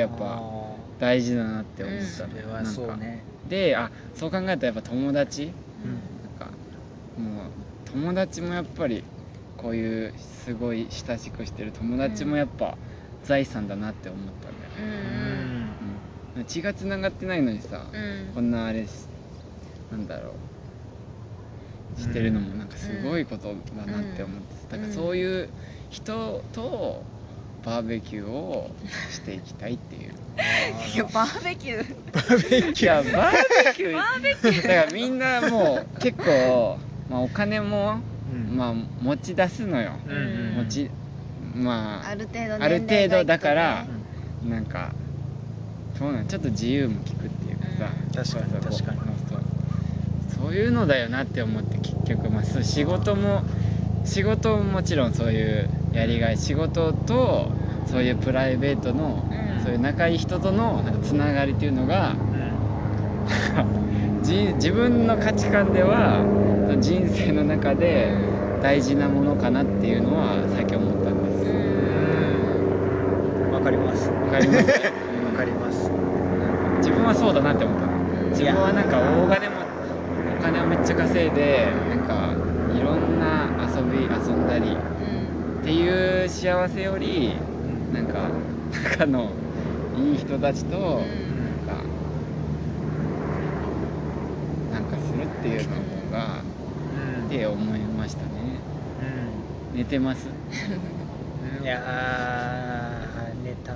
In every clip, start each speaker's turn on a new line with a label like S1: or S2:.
S1: やっぱ大事だなって思った
S2: そ
S1: ね
S2: れ
S1: なん
S2: は
S1: か
S2: そうね
S1: であそう考えたらやっぱ友達
S2: うん
S1: なんかもう友達もやっぱりこういうすごい親しくしてる友達もやっぱ財産だなって思ったんだよ
S3: う
S1: ね、
S3: ん
S1: うん、血がつながってないのにさ、
S3: うん
S1: こんなあれしなんだろうしてるのもなんかすごいことだなって思って、
S3: うん
S1: だからそういう人とバーベキューをしていきたいっていう
S3: いやバーベキュー
S1: いやバーベキューだからみんなもう結構、まあ、お金も、
S2: うん
S1: まあ、持ち出すのよ、
S2: うんうん
S1: 持ちまあ
S3: ある程度
S1: ある程度だから
S2: うん
S1: なんかそうなんちょっと自由も利くっていうかさ、
S2: うん確かに
S1: そうそう
S2: 確かに
S1: そうそういうのだよなって思って結局、まあ、そう仕事も仕事ももちろんそういうやりがい仕事とそういうプライベートの、
S3: うん
S1: そういう仲いい人とのなんかつながりっていうのが
S2: うん
S1: じ自分の価値観ではその人生の中で大事なものかなっていうのはさっき思ったんですよ
S2: わかります
S1: わかりますね
S2: わかります
S1: 自分はそうだなって思ったの自分はなんか大金もお金をめっちゃ稼いでなんかいろんな遊び遊んだりっていう幸せよりなんか仲のいい人たちとなんかなんかするっていうの方が
S2: うん
S1: って思いましたね
S2: う
S1: 寝てます
S2: んいやーネタ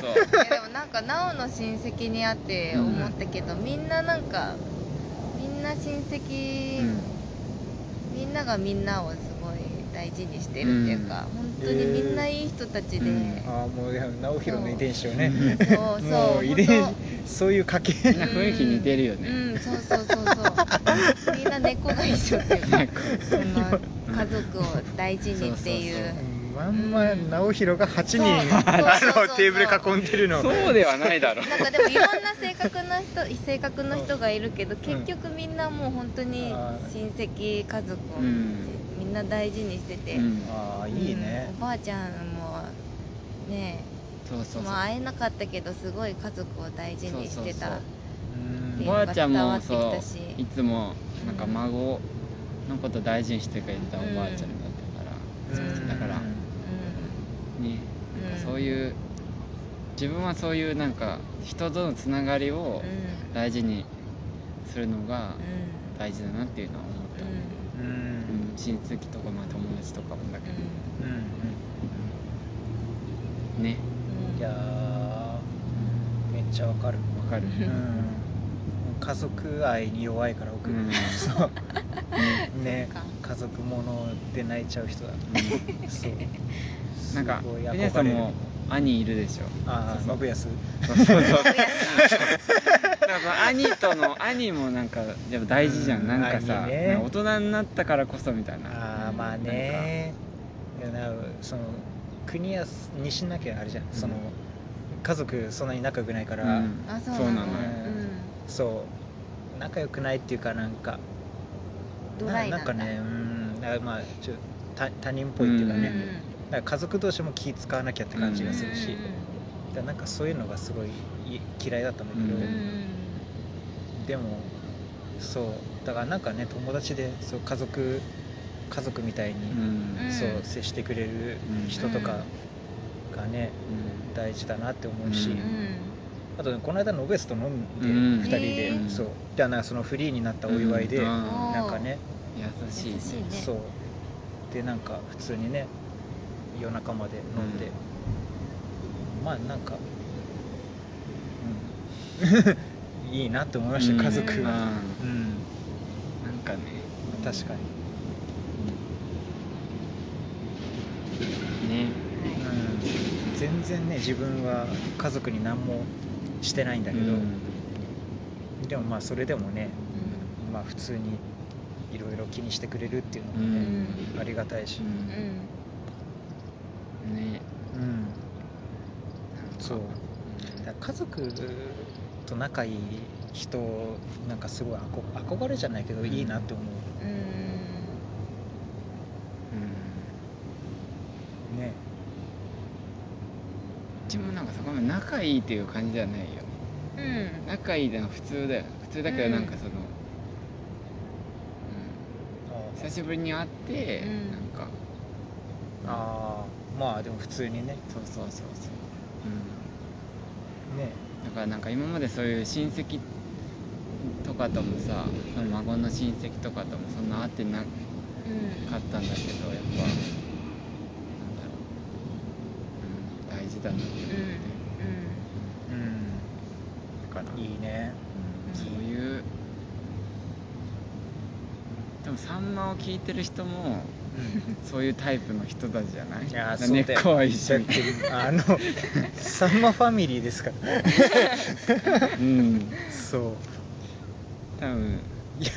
S1: そう
S3: いやでもなんかなおの親戚に会って思ったけど、みんななんかみんな親戚、みんながみんなをすごい大事にしてるっていうか、本当にみんないい人たちで、
S1: うん
S2: ああもう直弘の遺伝子をね
S3: そうそう
S2: もう遺伝
S3: 本
S2: そういう家
S1: み
S2: 系
S1: んな雰囲気似てるよね
S3: うん、うんそうそうそうそうみんな猫が一緒っていうかその家族を大事にっていう
S1: そうそう
S2: うんまんま直弘が8人
S3: そう
S2: あ
S3: そうそうそ
S2: の
S3: う
S2: テーブル囲んでるの
S1: そうではないだろう
S3: なんかでもいろんな性格の人性格の人がいるけど結局みんなもう本当に親戚家族を
S1: うん
S3: みんな大事にしてて、
S1: うん
S2: ああいいね
S3: うんおばあちゃんもね
S1: そうそうそう、
S3: まあ、会えなかったけどすごい家族を大事にしてた
S1: そうそうそう
S2: うん
S1: おばあちゃんも
S3: 伝わ
S1: そ
S3: ってきたし
S1: ういつもなんか孫のこと大事にしてくれたおばあちゃんだったから、
S2: うん
S1: だからねなんかそういう自分はそういうなんか人とのつながりを
S3: うんうん
S1: 大事にするのが
S3: う
S1: 大事だなっていうのは思った、
S3: んうん
S2: う
S1: うん
S2: ん
S1: 親戚とかまあ友達とかもだけど、
S2: うん
S1: ね
S3: うん
S2: いやーめっちゃわかる
S1: わかる、
S2: うん家族愛に弱いから僕、
S1: うん
S2: そうね
S3: そっか
S2: 家族もので泣いちゃう人だそう
S1: なんか
S2: すごい憧れる
S1: 皆さんも兄いるでしょ
S2: ああ信康
S1: そうそうそう。なんか兄との兄もなんかやっぱ大事じゃん、
S2: うん
S1: なんかさ、
S2: 兄ね
S1: なんか大人になったからこそみたいな。
S2: ああまあねいやなその国やにしなきゃあれじゃん、
S1: ん
S2: その家族そんなに仲良くないか
S1: う
S2: ら、
S1: ん
S3: あそうなの
S1: そうなのよ。
S3: うん
S2: そう仲良くないっていうかなんか
S3: ドライなんだ
S2: なんかねうんだからまあちょっと他他人っぽいっていうかね、
S1: うん
S2: だから家族同士も気使わなきゃって感じがするし、だからなんかそういうのがすごいい嫌いだったんだけど、
S1: うん
S2: でもそうだからなんかね友達でそう家族家族みたいに、
S1: うん
S3: うん
S2: そう接してくれる人とかがね、大事だなって思うし、
S1: うん
S2: あとねこの間ノベスと飲んで、
S1: うん
S2: 2人で、
S3: へー
S2: そうじゃあなんかそのフリーになったお祝いで、
S1: うん
S3: あ
S2: なんかね
S1: 優しいね。
S3: 優しいね
S2: そうでなんか普通にね夜中まで飲んで、まあなんか、うん いいなって思いました、
S1: うん
S2: 家族
S1: うん
S2: が、うん
S1: なんかね。
S2: 確かに、
S1: ね。
S2: うん、全然ね自分は家族に何もしてないんだけど、
S1: うん
S2: でもまあそれでもね
S3: う
S2: まあ普通にいろいろ気にしてくれるっていうのも
S1: う
S2: ね、
S1: ん
S2: ありがたいし、
S3: んうん
S1: ね。
S2: うん、そう
S1: うん
S2: だから家族と仲いい人なんかすごいあこ憧れじゃないけどいいなって思う
S3: うん
S1: うん
S2: ね
S1: ちもなんかそこまで仲いいっていう感じではないよね
S3: うん
S1: 仲いいのは普通だよ普通だけどなんかその、うん久しぶりに会って、
S3: うん
S1: なんか
S2: あーまあでも普通にね
S1: そうそうそうそうう
S2: ね
S1: んだからなんか今までそういう親戚とかともさその孫の親戚とかともそんな会ってな
S3: うん
S1: かったんだけどやっぱなんだろう、うん、大事だなって思って、
S2: うん
S1: だから
S2: いいね
S1: うんそういうでもサンマを聞いてる人も
S2: うん
S1: そういうタイプの人たちじゃない
S2: いや
S1: な
S2: ーそうだ
S1: 根
S2: よ
S1: っこは一緒に
S2: だってあ のサンマファミリーですから
S1: うん
S2: そう
S1: 多分
S2: いや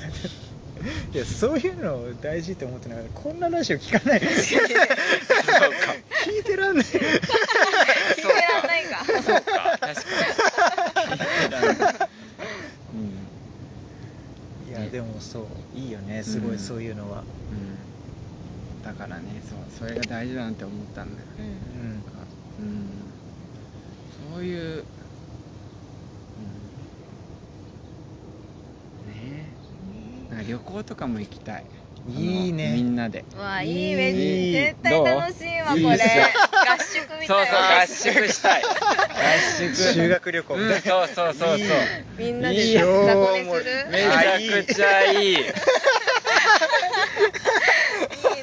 S2: いやそういうの大事って思ってなかったこんなラジオ聞かない 聞いてらんない
S3: 聞いてらんないか
S1: そうか確かにうん、
S2: いやでもそういいよねすご
S1: う
S2: い
S1: ん
S2: そういうの
S1: う
S2: は
S1: ん、だからねそうそれが大事だなって思ったんだよね、
S2: うん、
S1: うん、そういう、うん、ねえなんか旅行とかも行きたい
S2: いいね
S1: あのみんなで
S3: うんわあいいめ
S1: いい
S3: 絶対楽しいわこ
S1: どういい
S3: れ合
S1: っすよ
S3: 宿みたいな
S1: 宿したい合宿
S2: 修学旅行みたいな、
S1: うんそうそうそうそう
S2: いい
S3: みんなで
S2: いいよ
S3: 雑魚寝
S2: もう
S3: する
S1: めちゃくちゃ いい
S3: いい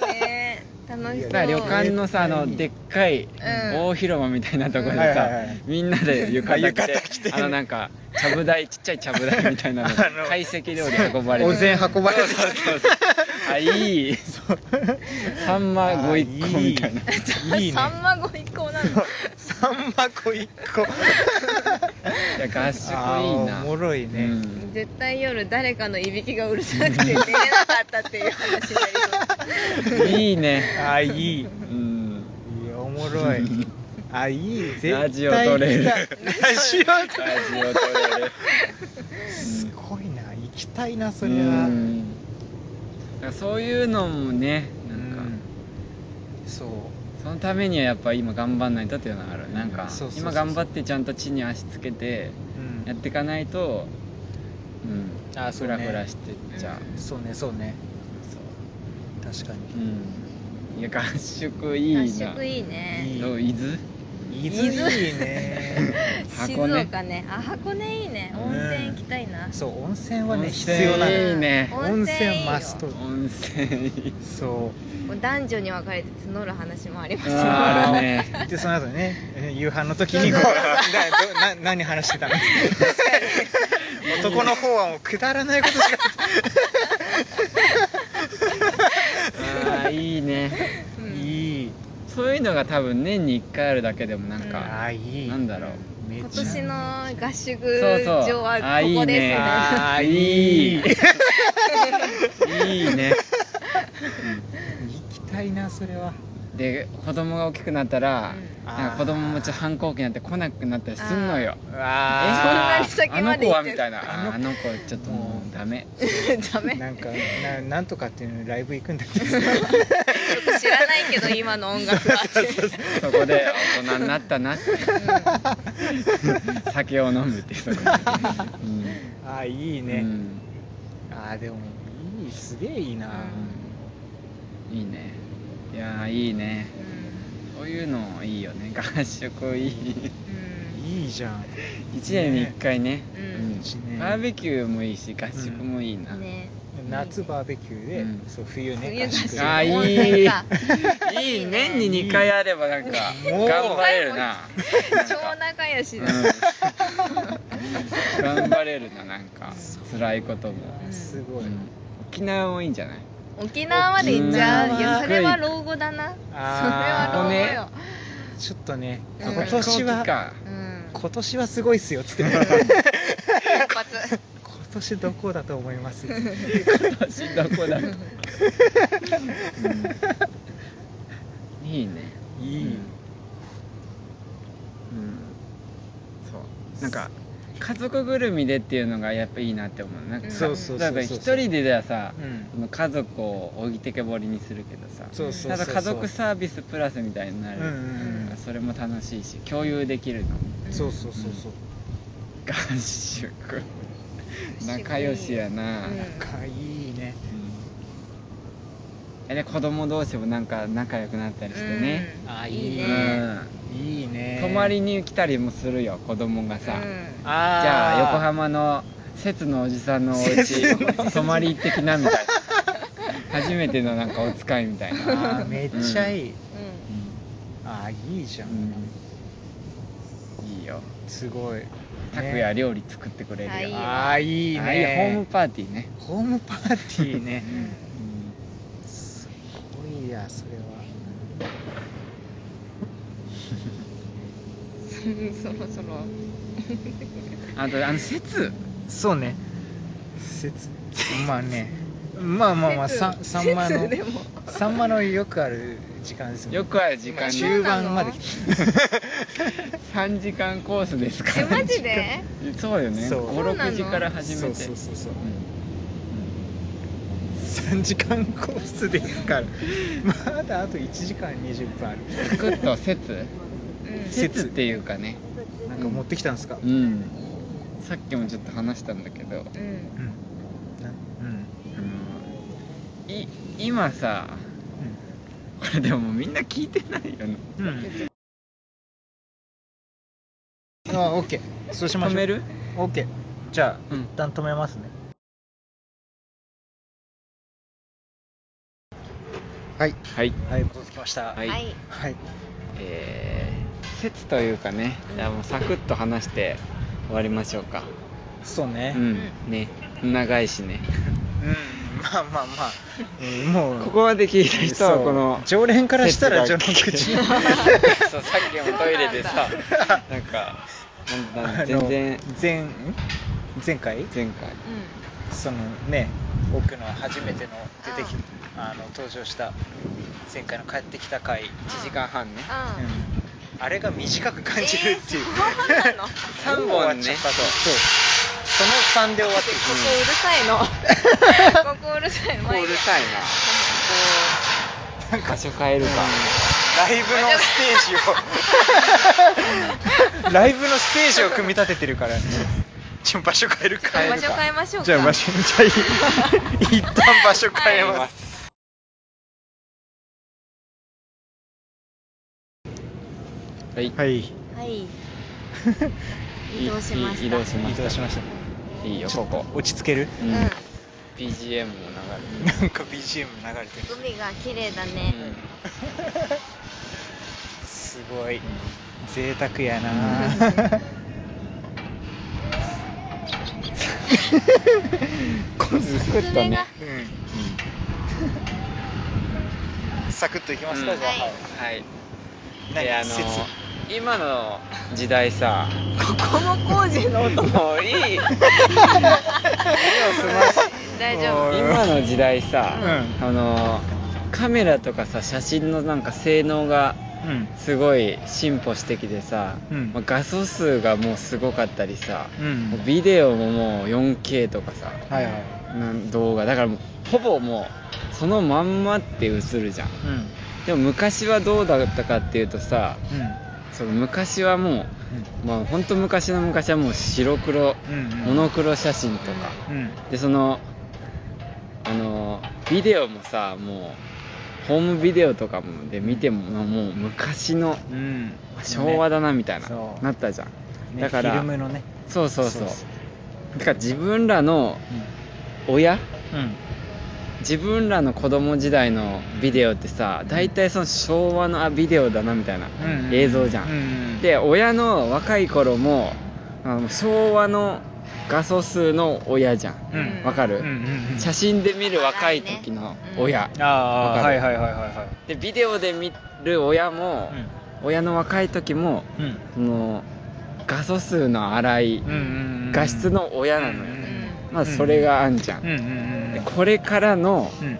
S3: ね楽しそう
S2: い
S1: だから旅
S2: い
S1: 館
S2: い
S1: のさあ
S2: 絶対
S1: の
S2: いい
S1: でっかい
S3: ん
S1: 大広間みたいなところで
S2: はい
S1: さ
S2: はいはい
S1: みんなで浴衣着て
S2: あ浴衣着てね
S1: あのなんかちゃぶ台ちっちゃいちゃぶ台みたいなの
S2: あの
S1: 懐石料理運ばれて
S2: お膳運ばれてきた
S1: そうそうそうあいいサンマご一個みたいな
S2: あーいいいいね
S3: サンマご一行なの
S2: サンマ子一個
S1: いや合宿いい
S2: あ
S1: な
S2: ーおもろいね
S1: うん
S3: 絶対夜誰かのいびきがうるさくて寝れなかったっていう話になり
S1: いいね
S2: あーいい
S1: うん
S2: いやおもろ いあいい絶対
S1: ラジオ撮れる
S2: 行きたいラジオ
S1: ラジオ撮れる
S2: すごいな行きたいな そりゃ
S1: うんだからそういうのもねなんか、
S2: うんそう
S1: そのためにはやっぱ今頑張んないとっていうのがあるなんか
S2: そうそうそうそう
S1: 今頑張ってちゃんと地に足つけて
S2: うん
S1: やっていかないとうん
S2: あそう
S1: フ
S2: ね
S1: ラフラしてっちゃう、
S2: そうねそうね
S1: そう
S2: 確かに
S1: うんいや合宿いいな
S3: そう合宿いいね
S1: どう伊豆
S2: 伊豆いいね
S3: 静
S1: 箱根
S3: 岡ねあ箱根いいね
S2: うん
S3: 温泉行きたいな
S2: そう温泉は
S1: 温
S2: ね必
S1: 泉
S2: 要なの
S1: いいね
S2: 温
S3: 温泉い
S2: 泉
S3: いよ
S2: マスト
S1: 温泉いい
S2: そ
S3: もう男女に分かれて募る話もありますよ
S1: あーあるね
S2: うでその後ねえ夕飯の時にこう ななな何話してたの男の方はもうくだらないことしか
S1: あーいいね
S3: うん
S2: いい
S1: そういうのが多分年に1回あるだけでもなん
S2: あ
S1: か、
S2: ーいい
S1: なんだろう、
S2: め
S3: 今
S2: ちゃ
S3: 年の合宿
S1: そうそう
S3: 場は
S1: あい
S3: こ
S1: い
S3: こです
S1: ね
S3: ね
S1: あーいいいいね
S2: 行きたいなそれは
S1: で子供が大きくなったら、
S3: うん
S1: なんか子供もちょっと反抗期になって来なくなったりすんのよ
S2: う
S1: え
S2: わ
S3: ーそんなに先
S1: あ
S3: ま
S1: の
S3: で
S1: 子
S3: 行
S1: は
S3: ってる
S1: みたいなあーあの子ちょっともうダメ
S3: ダメ
S2: なんかななんとかっていうのライブ行くんだ けど
S3: よく知らないけど今の音楽は
S1: そこで大人になったなって酒を飲むってそこで、う ん
S2: あーいいね、
S1: うん
S2: あーでもいいすげえいいな、
S1: うんいいねいやーいいね
S3: うん
S1: そういうのいいよね合宿いい
S3: うん
S2: いいじゃん
S1: 1年に1回ね
S3: うん
S2: 一年
S1: バーベキューもいいし合宿もいいな、
S3: ね
S2: 夏バーベキューで、
S1: うん
S2: そう冬
S3: 冬
S2: ね
S3: 合
S2: 合
S3: 宿
S2: 宿
S1: あー
S3: 温
S1: い
S3: 泉
S1: い
S3: か
S1: いい年に2回あればなんか頑張れるな
S3: 超仲良しだ、
S1: うん頑張れるななんか辛いことも、
S3: うん
S2: すごい、
S1: うん沖縄もいいんじゃない
S3: 沖縄まで行っちゃうい
S1: 沖縄
S3: やそれは老後だなそれ
S2: あ
S1: ー
S3: は
S2: ちょっとね
S3: うん
S2: 今年
S1: 飛行機
S2: は
S1: か
S3: 老後よ、うん、
S2: 今年はすごいっすよっつって 今
S3: 一発
S2: 年どこだと思います
S1: 今年どこだと、うんいいね
S2: いい
S1: うん、うんそうなんか家族ぐるみでっていうのがやっぱいいなって思うなんか
S3: そうそうそうそう
S1: だから一人でではさ、
S2: うん
S1: その家族を置いてけぼりにするけどさ
S2: そうそうそうそう
S1: ただ家族サービスプラスみたいになる、
S2: うんうんうん
S1: それも楽しいし共有できるのも
S2: そうそうそうそう
S1: 合宿仲良しやな、
S3: うん
S2: 仲いいね
S1: えで子供同士もなんか仲良くなったりしてね、
S3: うん
S2: あ
S3: いい
S1: うん
S3: ね
S2: いいね
S1: 泊まりに来たりもするよ子供がさ、
S3: うん
S2: あー
S1: じゃあ横浜の節のおじさんのお家泊まり的なみたいな初めてのなんかお使いみた いな
S2: あーめっちゃいい、
S3: う
S2: ああいいじゃん、
S1: うんいいよ
S2: すごい
S1: 拓
S2: ね
S1: 也料理作ってくれるよ、
S3: あいいね
S2: ああいいね
S1: あいいホームパーティーね、
S2: ホームパーティーね
S3: ん
S2: すごいやそれは
S3: うんそろ そろ
S1: あとあの節
S2: そうね節まあねまあまあまあ
S3: 節
S2: さんさんまの
S3: 節でも
S2: さんまのよくある時間ですもん
S1: よくある時間
S3: 今
S2: 中盤まで来 て
S1: 3時間コースですか
S3: え
S1: ら
S3: マジで
S1: そうよね
S2: そう
S3: そうな
S1: 56
S3: の
S1: 時から始めて
S2: そうそうそうそう
S1: うん
S2: 3時間コースですからまだあと1時間20分ある
S1: サクッと節
S3: うん
S2: 節
S1: 節っていうかね
S2: なんか持ってきたんですか
S1: う、んさっきもちょっと話したんだけど
S2: うん
S3: うん
S2: なうん
S1: あのい今さこれでもみんな聞いてないよね
S2: うんうんあオッケーそうしましょ
S1: 止
S2: う
S1: める
S2: オッケーじゃあ、
S1: うん
S2: 一旦止めますねはい
S1: はい
S2: はい戻ってきました
S1: はい
S3: はい
S2: はい
S1: えー、節というかねじゃあもうサクッと話して終わりましょうか
S2: そうね
S1: う
S2: うん、
S1: んね長いしね
S2: まあまあまあ、うんもう
S1: ここまで聞いた人は
S2: そう
S1: この
S2: 常連からしたら序の
S1: 節
S2: 口
S1: がそうさっきもトイレでさなんかなんだ
S2: あの
S1: 全然
S2: 前ん前回
S1: 前回
S2: そのね僕の初めての出てきあの登場した前回の帰ってきた回、うん、
S1: 1時間半ね
S3: あ
S2: あれが短く感じるっていう、
S3: えーそうなの
S1: 三本ね
S2: もう終わっちゃったとそうその3で終わ って
S3: ここ
S2: く
S3: うる さいのここうるさいの
S1: こううるさいな
S2: なんか
S1: 場所変えるか、
S2: ライブのステージをライブのステージを組み立ててるからちょ場所変えるか
S3: まあいいや場所変えましょうか
S2: じゃあ場所じ ゃあい一旦場所変えます、
S3: は
S1: はいい
S2: はい
S3: はい
S1: い
S3: 移動しました
S1: いい移動しま
S2: 移動
S1: し
S2: したました
S1: いいよここ、
S2: 落ち着ける
S1: う
S3: うんん
S1: BGM も流れる
S2: なんか BGM 流れてる
S3: 海が綺麗だね
S2: すごい贅沢やな
S1: コン作ったね
S2: う
S1: うん
S2: んサクッといきますか、
S1: うん
S2: じゃあ、
S3: はい
S1: はい
S2: 何
S1: であの
S2: 節
S1: 今の時代さ
S3: ここも工事の音
S1: もう いい耳を澄まし
S3: 大丈夫
S2: おー
S1: 今の時代さ、
S2: う
S1: あのカメラとかさ写真のなんか性能が
S2: うん
S1: すごい進歩してきてさ、
S2: うん
S1: まあ画素数がもうすごかったりさ、
S2: うん
S1: もうビデオももう 4K とかさ
S2: はいはい
S1: なん動画だからもうほぼもうそのまんまって映るじゃん
S2: うん
S1: でも昔はどうだったかっていうとさ
S2: うん
S1: その昔はもう、まあ、ほんと昔の昔はもう白黒、
S2: うんう
S1: モ
S2: ん
S1: ノクロ写真とか、
S2: うん
S1: でそのあのビデオもさもうホームビデオとかもで見ても、まあもう昔の
S2: うん
S1: 昭和
S2: だ
S1: だなみたいな、
S2: そう
S1: なったじゃん、
S2: ね
S1: だから
S2: フィルムのね
S1: そうそうそう
S2: そうそ
S1: だから自分らの親
S2: うん
S1: 自分らの子供時代のビデオってさ大体その昭和のあビデオだなみたいな
S2: うんうん
S1: 映像じゃん、
S2: うんうん
S1: で親の若い頃もあの昭和の画素数の親じゃん
S2: うん
S1: わかる、
S2: うんうんうん
S1: 写真で見る若い時の親、
S2: ああ
S1: わか
S2: は
S1: る
S2: いはいはいはいは
S1: でビデオで見る親も、親の若い時も
S2: いうん
S1: その画素数の荒い
S2: うんうんうん
S1: 画質の親なのよ
S2: うん
S1: ね、
S3: う
S1: まあそれがあんじゃん、
S2: うんうんうん
S1: でこれからの
S2: うん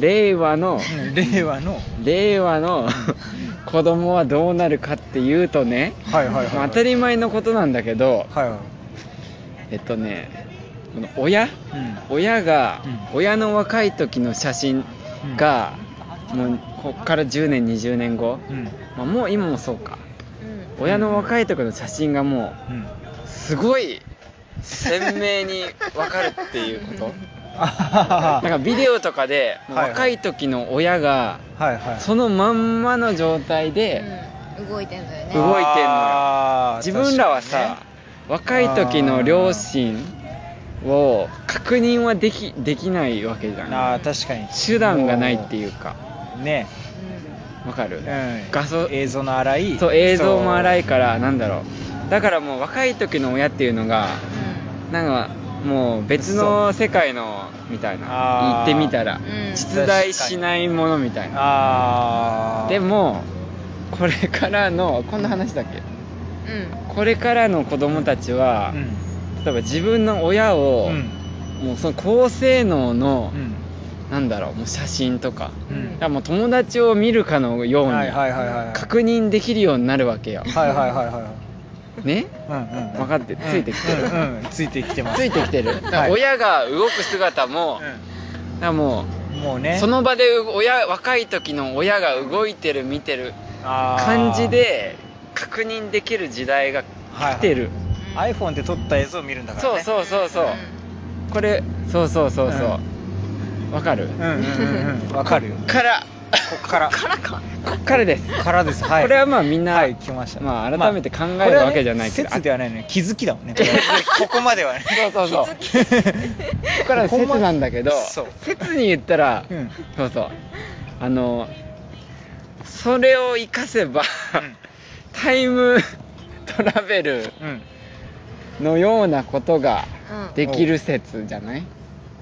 S1: 令和の
S2: うん令和の
S1: 令和 の子供はどうなるかっていうとね、
S2: はいはいはい
S1: まあ当たり前のことなんだけど
S2: はいはい
S1: えっとねこの親
S2: うん
S1: 親が、
S2: うん
S1: 親の若い時の写真が、もうこっから10年20年後、
S2: うん
S1: まあ、もう今もそうか
S3: うん
S1: 親の若い時の写真がも
S2: うん
S1: うすごい鮮明に分かるっていうこと
S2: あははは
S1: なんかビデオとかで
S2: はいはい
S1: 若い時の親が
S2: はいはい
S1: そのまんまの状態で
S3: うん、動いてんだよね
S1: 動いてんのよ
S2: あー
S1: 自分らはさ若い時の両親を確認はできできないわけじ
S2: 確かにねあ
S1: ゃん
S2: ー確かに
S1: 手段がないっていうか
S2: ね
S1: わかる、
S2: うん
S1: 画像
S2: 映像の荒い
S1: そう映像も荒
S2: い
S1: いからなんだろうだからもう若い時の親っていうのがなんかもう別の世界のみたいな言
S2: あー
S1: ってみたら
S3: うん
S1: 実在しないものみたいな
S2: ああ
S1: でもこれからのこんな話だっけ
S3: うんうん
S1: これからの子供たちは、
S2: うん
S1: 例えば自分の親を、
S2: うん
S1: もうその高性能の、
S2: うん
S1: なんだろうもう写真とか,、
S2: う
S1: だ
S2: ん
S1: からもう友達を見るかのように
S2: はいはいはいはいはい
S1: 確認できるようになるわけよ、
S2: はいはいはいはい
S1: ね
S2: うんうん
S1: 分かってついてきてる、
S2: うんうんついてきてます
S1: ついてきてる、だから
S2: はい
S1: 親が動く姿も、だからも
S2: うんもう
S1: う
S2: ね
S1: その場で親若い時の親が動いてる見てる
S2: あー
S1: 感じで確認できる時代が来てる、
S3: はい
S2: iPhone で撮った映像を見るんだから
S1: そう
S2: ね
S1: そうそうそう、これそうそうそうそうわ、かる、
S2: うんうんうんうんわかるよ
S1: から
S2: こっから
S3: からか
S1: こっからです
S2: からですはい
S1: これはまあみんな、
S2: はい来ました
S1: まあ改めて考
S2: こ
S1: え
S2: れ
S1: る
S2: は
S1: わけじゃないけど、
S2: ね、説ではないのに気づきだも んね
S1: これ
S2: こ こまではね
S1: あそうそうそうここからは
S2: ここま
S1: 説なんだけど
S2: そう
S1: 説に言ったら、
S2: うん
S1: そうそうあのそれを生かせば、
S2: うん
S1: タイムトラベル
S2: うん
S1: のようなことが
S3: うん
S1: できる説じゃない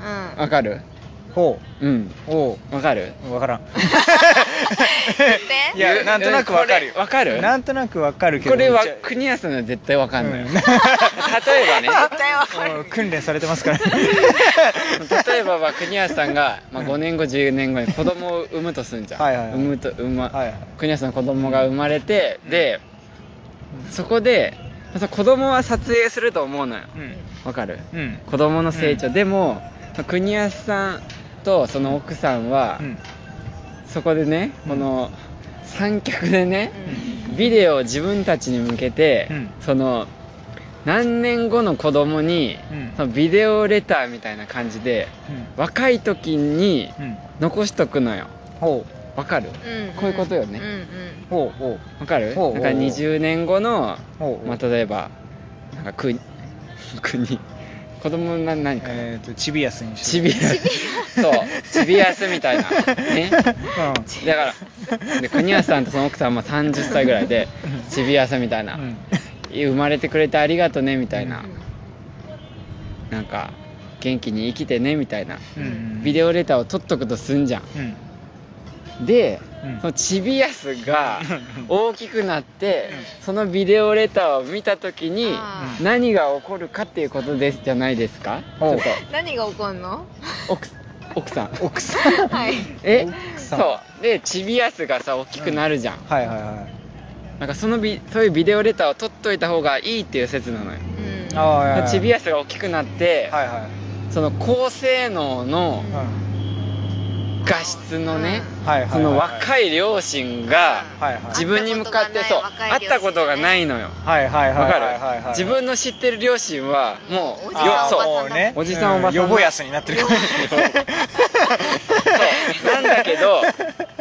S3: うん
S1: わかる
S2: ほ
S1: うん
S2: うほ
S1: わかる
S2: うわからん
S3: て
S2: いやなんとなくわかるよ
S1: これわかる
S2: なんとなくわかるけど
S1: これは
S2: じゃ
S1: 国安さんは絶対わかんない、
S2: うん
S1: 例えばね
S3: 絶対わかる
S2: もう訓練されてますからね
S1: 例えばは国安さんが、まあ、5年後10年後に子供を産むとすんじゃん、
S2: はいはいはい
S1: 産むと産ま、
S2: はい
S1: 国安さんの子供が生まれて、でそこでその子供は撮影すると思うのよ
S2: うん
S1: わかる
S2: うん
S1: 子供の成長、
S2: うん
S1: でもその国安さんとその奥さんは、
S2: うん
S1: そこでね
S2: うん
S1: この三脚でね、
S3: う
S1: ビデオを自分たちに向けて、
S2: うん
S1: その何年後の子供に、
S2: うん
S1: そのビデオレターみたいな感じで若い時に
S2: うんうん
S1: 残しとくのよ
S2: ほ
S1: わかる
S3: ん
S1: こういうことよね
S3: うん
S2: うほうほう
S1: わかる
S2: ほう
S1: なんか
S2: ほう
S1: 20年後の、
S2: ほうほう
S1: まあ、例えばなんか 国国子供な何か
S2: えっ、とチビヤスにし
S1: チ
S2: よ
S1: ビアスそうチビアスみたいなね
S2: う
S1: だからで国安さんとその奥さんも30歳ぐらいでチビアスみたいな、
S2: うんうん
S1: 生まれてくれてありがとねみたいな、
S3: うん
S1: なんか元気に生きてねみたいな、
S2: うん
S1: ビデオレターを撮っとくとすんじゃん
S2: うん
S1: で、
S2: うん
S1: そのチビアスが
S2: うん
S1: 大きくなって、そのビデオレターを見た時に
S3: あ
S2: ー
S1: 何が起こるかっていうことですじゃないですかち
S2: お
S1: ょ
S2: う
S1: っと
S3: 何が起こん の
S1: 奥奥さん
S2: 奥さん
S3: はい
S1: え
S2: 奥さん
S1: そうでチビアスがさ大きくなるじゃん、
S2: はいはいはい
S1: なんかそのビそういうビデオレターを撮っといた方がいいっていう説なのよ
S3: うん
S2: ああ
S1: チビ
S2: ア
S1: アスが大きくなって、
S2: はいはい
S1: その高性能の
S2: うん
S1: 画質のね、
S2: はいはいはい
S1: その若い両親が
S2: はいはい
S1: 自分に向かって
S3: 会った
S1: そう
S3: ことがない若
S1: 会ったことがないの
S3: い両親ね
S1: よ
S2: はいはい
S1: わ
S2: はい
S1: か
S2: はいはい
S1: る
S2: はい
S1: 自分の知ってる両親はもう
S3: おじさん
S1: よ
S2: あ
S1: そ
S2: ー
S1: う
S3: ば
S2: そうね
S1: おじさんおばさん
S2: う予防安になってるから
S1: そうなんだけど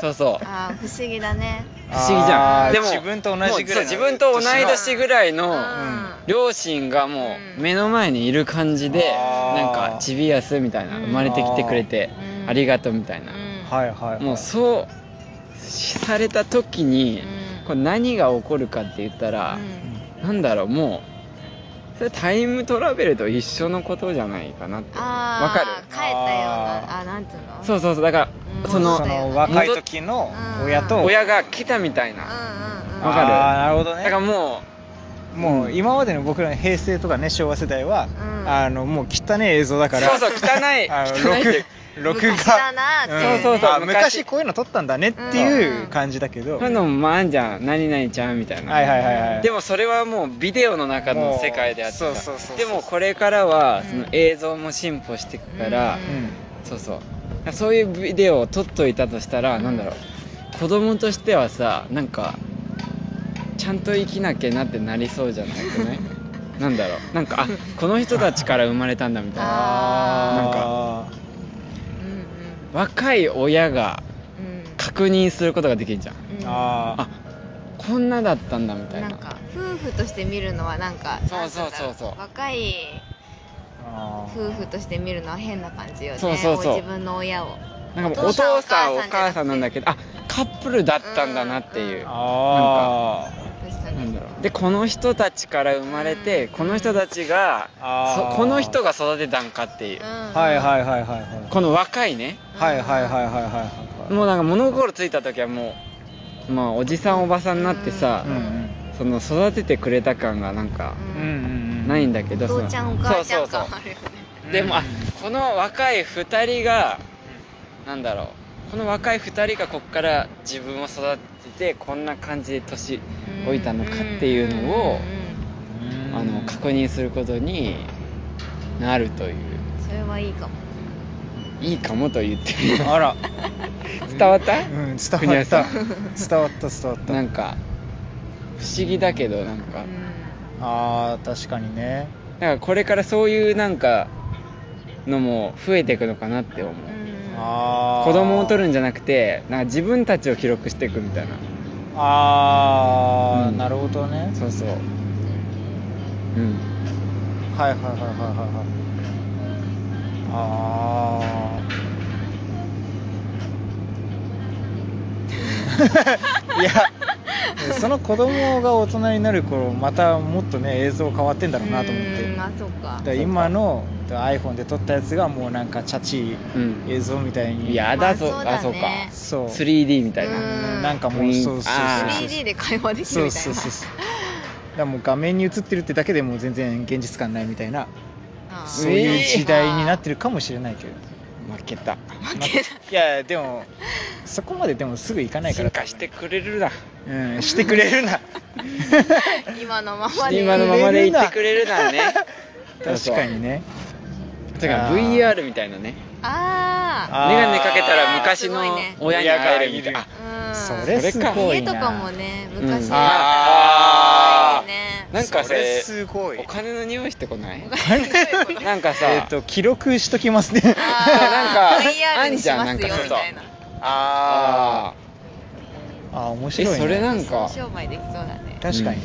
S1: そうそう
S3: あー不思議だね
S1: 不思議じゃ
S2: あ
S1: ん
S2: ー
S1: でも
S2: 自分と同
S1: も
S2: じぐら
S1: う
S2: いの
S1: そう自分と同い年ぐらいの
S3: うん
S1: 両親がもう目の前にいる感じで
S2: あー
S1: なんかちびやすみたいな
S3: うん
S1: 生まれてきてくれて
S3: うん
S1: ありがとうみたいな
S3: うん
S2: はいはいはい
S1: もうそうされた時に
S3: うん
S1: これ何が起こるかって言ったら
S3: うん
S1: なんだろうもうそれタイムトラベルと一緒のことじゃないかなって
S3: あ
S1: わかる
S3: 帰ったよう
S2: あ
S3: な
S2: ー
S3: あなんつうの
S1: そううそうそうだか
S3: う
S1: らそ
S3: ん
S2: そ
S1: の
S3: そうだよ
S2: の若い時の親と
S1: 親が来たみたい
S3: ん
S1: な
S3: うんうん
S1: わかる
S2: あーなるほど
S1: だ
S2: ね
S1: からも
S2: もう今までの僕らの平成とかね昭和世代は、
S3: うん
S2: あのもう汚い映像だから
S1: そうそう汚い
S2: あの
S1: 汚いって
S2: 録録
S3: 昔だなって
S2: 画
S3: いうね
S1: そうそうそう
S2: あ
S1: 昔
S2: 昔こういうの撮ったんだねっていう感じだけど、
S1: そういうのもまああんじゃん何々ちゃんみたいな
S2: はいはいはいはい
S1: でもそれはもうビデオの中の世界であってさ
S2: もうそうそうそうそ
S1: で
S2: う
S1: もこれからは
S3: うん
S1: その映像も進歩していくから、
S2: う
S3: うん
S1: そうそうそういうビデオを撮っといたとしたら、
S3: うん
S1: なんだろう子供としてはさなんかちゃんと生きなきゃなってなりそうじゃないくない なんだろうなんかあこの人たちから生まれたんだみたいな
S3: あ
S2: あ
S3: うんうん
S1: 若い親が
S3: うん
S1: 確認することができるじゃん
S3: うん
S2: あ
S1: あこんなだったんだみたいな
S3: なんか夫婦として見るのはなんか
S1: そうそうそうそう
S3: なんて言
S2: あ
S3: んだろう若い夫婦として見るのは変な感じよね
S1: そうそうそう
S3: 自分の親を
S1: なんかもう
S3: お
S1: お
S3: 父
S1: 父
S3: さ
S1: さんお
S3: んお母
S1: 母
S3: さ
S1: さ
S3: ん
S1: んなんだけどあカップルだったんだなっていう、
S3: うん
S2: あ
S3: 確
S1: な
S3: か
S1: ん
S3: に
S1: だろうでこの人たちから生まれて
S3: うん
S1: この人たちが
S2: あー
S1: そこの人が育てたんかっていう、
S3: うん
S2: はいはいいはいはいはい
S1: この若いね
S2: はいはいはいはいはいはい
S1: もうなんか物心ついた時はもうまあおじさんおばさんになってさ、
S2: うん
S1: その育ててくれた感がなんか
S2: うんうんうん
S1: ないんだけど、その
S3: 父ちゃんお母ちゃん
S1: そう
S3: 感
S1: そう
S3: あるよね
S1: そうでもあこの若い2人がなんだろうこの若い2人がこっから自分を育ててこんな感じで年老いたのかっていうのを、あの確認することになるという
S3: うんそれはいいかも
S1: いいかもと言ってる
S2: あら
S1: 伝わった、
S2: うん伝わった
S1: 国
S2: 伝
S1: 枝
S2: わった
S1: さん
S2: 伝わった
S1: なんか不思議だけどなんか、
S3: うん
S2: あー確かにね
S1: なんかこれからそういうなんかのも増えていくのかなって思う、
S3: うん
S2: あー
S1: 子供を取るんじゃなくてなんか自分たちを記録していくみたいな
S2: あー、
S1: うん
S2: なるほどね
S1: そうそううん
S2: はいはいはいはいはいはいあーいやその子供が大人になる頃またもっとね映像変わってんだろうなと思って
S3: うんまあそっ
S2: だか
S3: か
S2: ら今の iPhone で撮ったやつがもうなんかチャチ
S1: うん
S2: い映像みたいに、
S1: やだぞ、
S3: まあそうだね
S1: あそうか
S2: そう
S1: 3D みたいな、
S3: うん
S2: なんかもうそうそうそう
S1: あー
S3: 3D で会話できる
S2: そう
S3: みたい
S2: そう
S3: な
S2: そうそうだからもう画面に映ってるってだけでもう全然現実感ないみたいな
S3: あー
S2: そういう時代になって
S3: る
S2: るかもしれないけど
S1: 負けた
S2: まいやでもそこまででもすぐ行かないから
S1: 進化してくれるな
S2: うんしてくれ るな
S3: 今のままで
S1: 今のままでいってくれるな らね
S2: 確かにね
S1: だから
S2: あー
S1: VR みたいなね
S3: あ
S2: あー
S1: メガネかけたら昔の
S3: すごいね
S1: 親に会えるみたいな
S2: 親がいる
S3: あうん
S2: それすごいな
S3: 家とかもね昔
S1: うん
S3: だったら可愛いね
S1: なんかそれ
S2: それすごい
S1: お金 の匂いしてこない
S3: お金の匂いしてこない
S1: なんかさ、
S2: えっ、と記録しときますね
S1: なんか
S3: あー VR にしま
S1: あん
S3: す
S1: じゃん
S3: よ
S1: なんか
S3: みたいな
S1: あ
S2: あー面
S1: え
S2: 白い、ね、
S1: それなんか
S3: 商売できそうだね
S2: 確かに、
S3: うん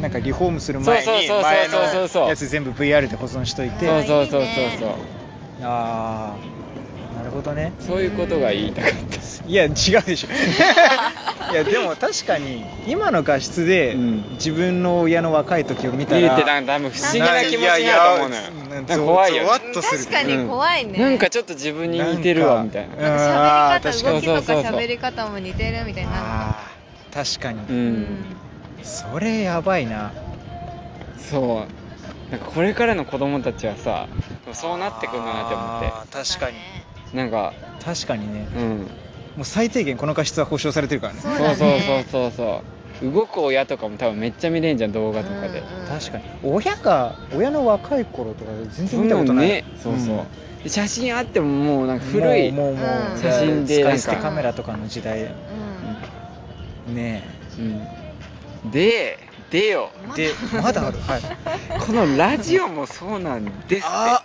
S2: なんかリフォームする前に
S1: そうそうそうそう
S2: 前
S1: そうそう
S2: のやつ全部 VR で保存しとい
S3: あ
S2: て
S1: そうそうそうそう
S3: いいね
S1: そ
S2: ああなるほどね
S1: うそういうことが言いたかった
S2: いや違う でしょいやでも確かに今の画質で
S1: うん
S2: 自分の親の若い時を見た
S1: 見
S2: ら、
S1: るってなんか多分不思議な気持ちになると思うのよ
S2: いやいや
S1: なんか怖いよ、
S2: ゾワッとする
S3: 確かに怖いね、
S1: なんかちょっと自分に似てるわみたいな
S2: なんか
S3: なんか喋り
S2: う
S3: 方
S1: ん
S3: 動きとか
S1: そうそうそう
S3: 喋り方も似てるみたいになるか
S2: あー確かに、
S1: う
S3: うん
S2: それやばいな
S1: そうなんかこれからの子供たちはさそうなってくんだなって思
S2: あー確かに
S1: ってなんか
S2: 確かにね
S1: うん
S2: もう最低限この画質は保証されてるからね
S3: そう
S1: そう
S3: だ
S1: そう
S3: ね
S1: そうそうそう動く親とかも多分めっちゃ見れんじゃん動画とかで、
S3: うん
S2: 確かに親が親の若い頃とか全然見たことない
S1: そんんねそうそう、
S2: ん
S1: で写真あってももうなんか古い
S2: もうもうもう、
S3: うん
S1: 写真で
S2: 使い捨て
S1: なんか
S2: カメラとかの時代ね
S1: うんででよ
S3: まだ
S2: えでまだある はい
S1: このラジオもそうなんです
S2: あ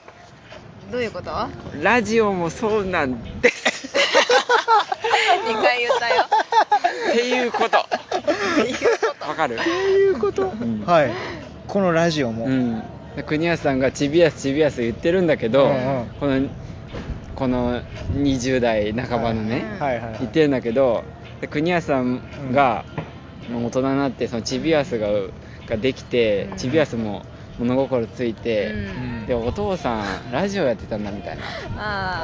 S3: うんどうい うこと
S1: ってラジオもそうなんです
S3: ?2 回言ったよ
S1: っていうことわかる
S2: ということ、
S1: ん
S2: はいこのラジオも、
S1: うん、国安さんがちびやすちびやす言ってるんだけど、
S2: うんうん
S1: このこの20代半ばのね、
S2: はいはい、はい、
S1: 言ってるんだけどで国安さんがもう大人になってそのちびやすがができて、
S3: うん
S1: ちびやすも物心ついて、
S3: うん
S1: でお父さんラジオやってたんだみたいな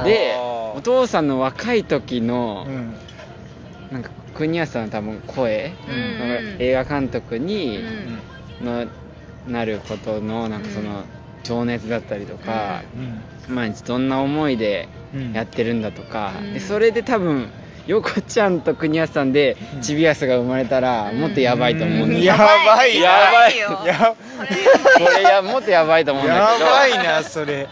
S3: あー
S1: で
S2: あー
S1: お父さんの若い時の、
S2: うん
S1: なんか国安さんの多分声、
S3: うん
S1: なんか映画監督に、
S3: うん
S1: のなることのなんかその
S3: うん
S1: 情熱だったりとか、
S2: うん
S1: 毎日どんな思いで
S2: うん
S1: やってるんだとか、
S3: うん
S1: でそれで多分横ちゃんと国安さんで
S2: うん
S1: ちびやすが生まれたら
S3: うん
S1: もっとやばいと思うんです
S2: や
S1: よ、
S2: ばい
S1: やばい
S3: よ
S2: や
S3: これ
S1: これやもっとやばいと思うんだ
S2: や
S1: けど
S2: ばいなそれ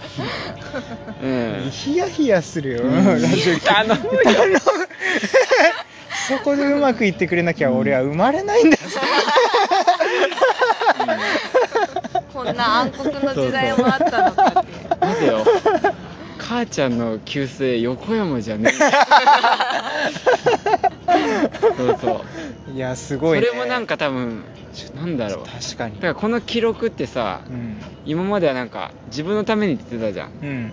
S1: うん、
S2: ヒヤヒヤするよ、
S1: うん
S2: ラジオ聞いて
S1: 頼むよ
S2: 頼むそこでうまくいってくれなきゃ俺は生まれないん だぞ、
S3: こんな暗黒の時代もあったのかっていう
S1: 待てよ母ちゃんの旧姓横山じゃ ねえそうそう
S2: いやす
S1: そ
S2: ごい、ね、
S1: れもなんか多分なんだろう
S2: 確かに
S1: だからこの記録ってさ
S2: うん、
S1: 今まではなんか自分のためにって言ってたじゃん
S2: うん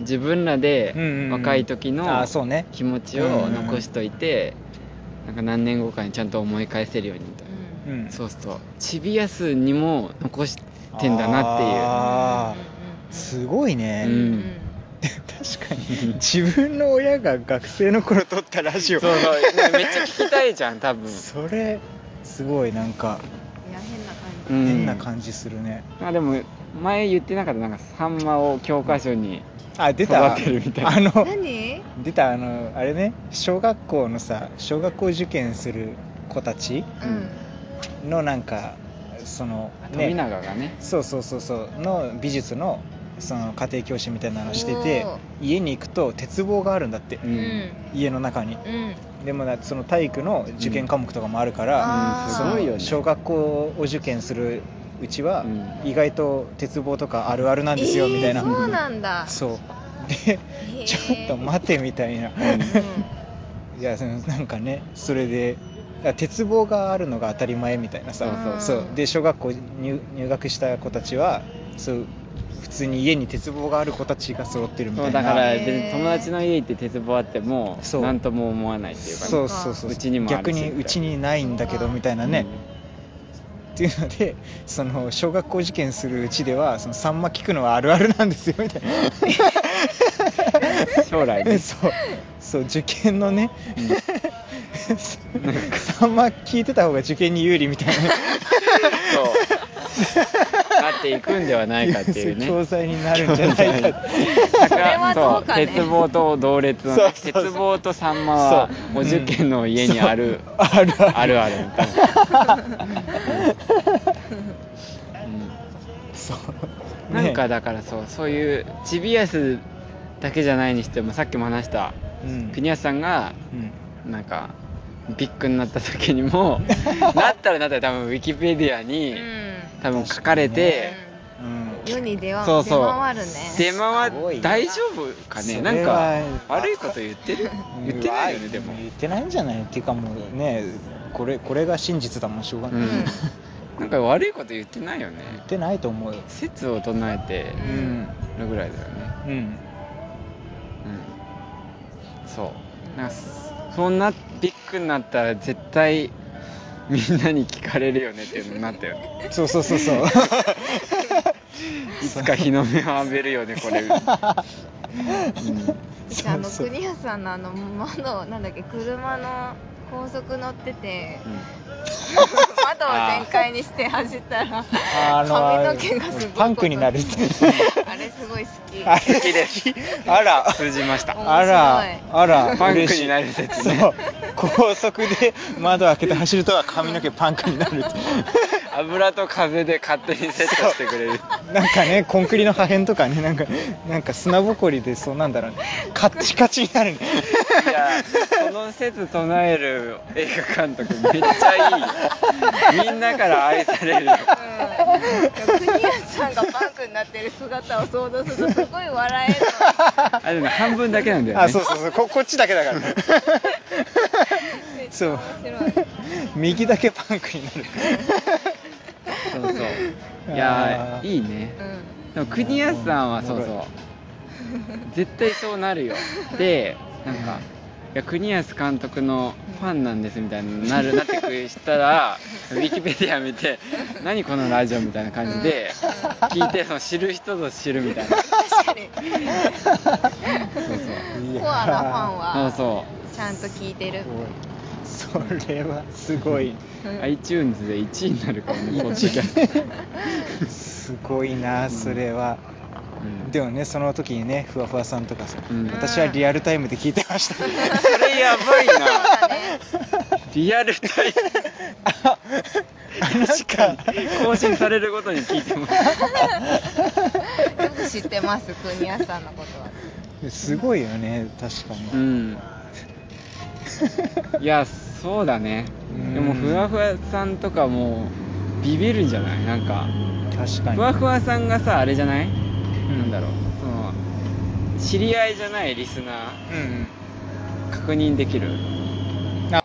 S1: 自分ら
S2: うんうんう
S1: で
S2: ん
S1: 若い時の
S2: あそうね
S1: 気持ちを残しといてなんか何年後かにちゃんと思い返せるようにみたいな
S3: う
S2: うんん
S1: そうするとちびやすにも残してんだなっていう
S2: あ
S3: うん
S2: すごいね、
S1: うん
S2: 確かに自分の親が学生の頃撮ったラジオ
S1: そうそうめっちゃ聞きたいじゃん多分
S2: それすごいなんか
S3: いや変な感
S1: う
S3: じ
S1: ん
S2: 変な感じするね、
S1: まあでも前言ってなかったなんかサンマを教科書に
S2: あ出た
S1: 育てるみたいな
S2: あの
S3: 何
S2: 出たあのあれね小学校のさ小学校受験する子たち
S3: うん
S2: のなんかその、
S1: 富永がね
S2: そうそうそうそうの美術のその家庭教師みたいなのしてて
S3: おー
S2: 家に行くと鉄棒があるんだって、
S1: うん
S2: 家の中に
S3: うん
S2: でもなその体育の受験科目とかもあるか
S3: うん
S2: ら、
S3: あー
S1: す
S2: そ
S1: ごいよ
S2: の
S1: ね
S2: 小学校を受験するうちは
S1: うん
S2: 意外と鉄棒とかあるあるなんですよみたいな、
S3: えーそうなんだ
S2: そうで
S3: へー
S2: ちょっと待てみたいな
S1: うん
S2: いやそのなんかねそれでいや鉄棒があるのが当たり前みたいなさ
S3: うん
S2: そうで小学校入入学した子たちはそう普通に家に鉄棒がある子たちが揃ってるみ
S1: そ
S2: た
S1: う
S2: いな
S1: だから
S3: へー
S1: 別に友達の家行って鉄棒あっても
S2: そう
S1: 何とも思わないっていうかね
S2: そうそうそう
S1: うちにもあるし
S2: 逆にうちにないんだけどみたいなね、っていうのでその小学校受験するうちではそのさんま聞くのはあるあるなんですよみたい
S1: うん将来
S2: な
S1: ね
S2: そうそう受験のね
S1: うん
S2: さんま聞いてた方が受験に有利みたいな
S1: そうなっていくんではないかっていうね
S2: 教材になるんじゃないか
S1: だ
S3: それはどうかね
S1: そう鉄棒と同列のね、
S2: そうそうそう
S1: 鉄棒とサンマは
S2: そう
S1: お受験の家にある、
S2: ある
S1: あるある みたいな、
S2: そう
S1: うんなんかだからそうそういうチビアスだけじゃないにしてもさっきも話した
S2: うん
S1: 国安さんが
S2: うん
S1: なんかビッグになった時に もなったらなったら多分ウィキペディア
S3: う
S1: に
S3: ん
S1: 多分書かれて、
S2: うん
S3: 世に出は
S1: そうそう
S3: 出回るね
S1: 出回
S2: すごいよ
S1: 大丈夫か
S2: それ
S1: ね
S2: は
S1: なんか悪いこと言ってる言ってないよね
S2: うわ
S1: でも
S2: 言ってないんじゃないっていうかもうねこれこれが真実だもんしょうが
S1: う
S2: ない、
S1: んなんか悪いこと言ってないよね
S2: 言ってないと思うよ
S1: 説を唱えて
S2: う
S3: うん
S2: ん
S1: るぐらいだよね
S2: うん
S1: うんそうなんかそそんなビッグになったら絶対みんなに聞かれるよねっていうのになったよね
S2: そうそうそう そう
S1: いつか日の目を浴びるよねこ れ、
S3: いつあの国安さんのあの窓なんだっけ車の高速乗ってて窓を全開にして走ったら
S2: あの
S3: 髪の毛がすごいこと
S2: パンクになるって
S3: あれすごい好き
S2: あれ
S1: 好きです
S2: あら
S1: 通じました
S3: 面白い
S2: あらあら
S1: パンク
S2: 嬉しい
S1: になる説
S2: そ
S1: ね
S2: う高速で窓開けて走るとは髪の毛パンクにな るって
S1: 油と風で勝手にセットしてくれる
S2: なんかねコンクリの破片とかねなんかなんか砂ぼこりでそうなんだろうねカッチカチになるね
S1: い やその説唱える映画監督めっちゃいいよみんなから愛されるよ
S3: うん国安さんがパンクになってる姿を想像するとすごい笑える
S1: あでも半分だけなんだよね
S2: あそうそうそうこ こっちだけだから そう
S3: の面白い
S2: 右だけパンクになる
S1: そうそういや
S2: あー
S1: いいね
S3: うん
S1: でも国安さんはそうそう絶対そうなるよでなんかいや国安監督のファンなんですみたいになるなってくしたらウィキペディア見て「何このラジオ」みたいな感じで聞いてその知る人ぞ知るみたいなそう
S3: 確かに
S1: そう
S2: いや
S3: コアなファン
S1: そう
S3: は
S1: そう
S3: ちゃんと聞いてる
S2: それはすごい
S1: iTunes で1位になるからねポッドキャスト
S2: すごいなそれは、
S1: うん
S2: でもねその時にねふわふわさんとかさ、
S1: うん
S2: 私はリアルタイムで聞いてました
S1: それやばいな
S3: だね
S1: リアルタイム 確かに更新されるごとに聞いてます
S3: よく知ってます国安さんのことは
S2: すごいよね確か
S1: う
S2: に、
S1: んいやそうだね
S2: うん
S1: でもふわふわさんとかもうビビるんじゃないなんか
S2: 確かに
S1: ふわふわさんがさあれじゃない、
S2: ん
S1: なんだろうその知り合いじゃないリスナー
S2: うん
S1: 確認できる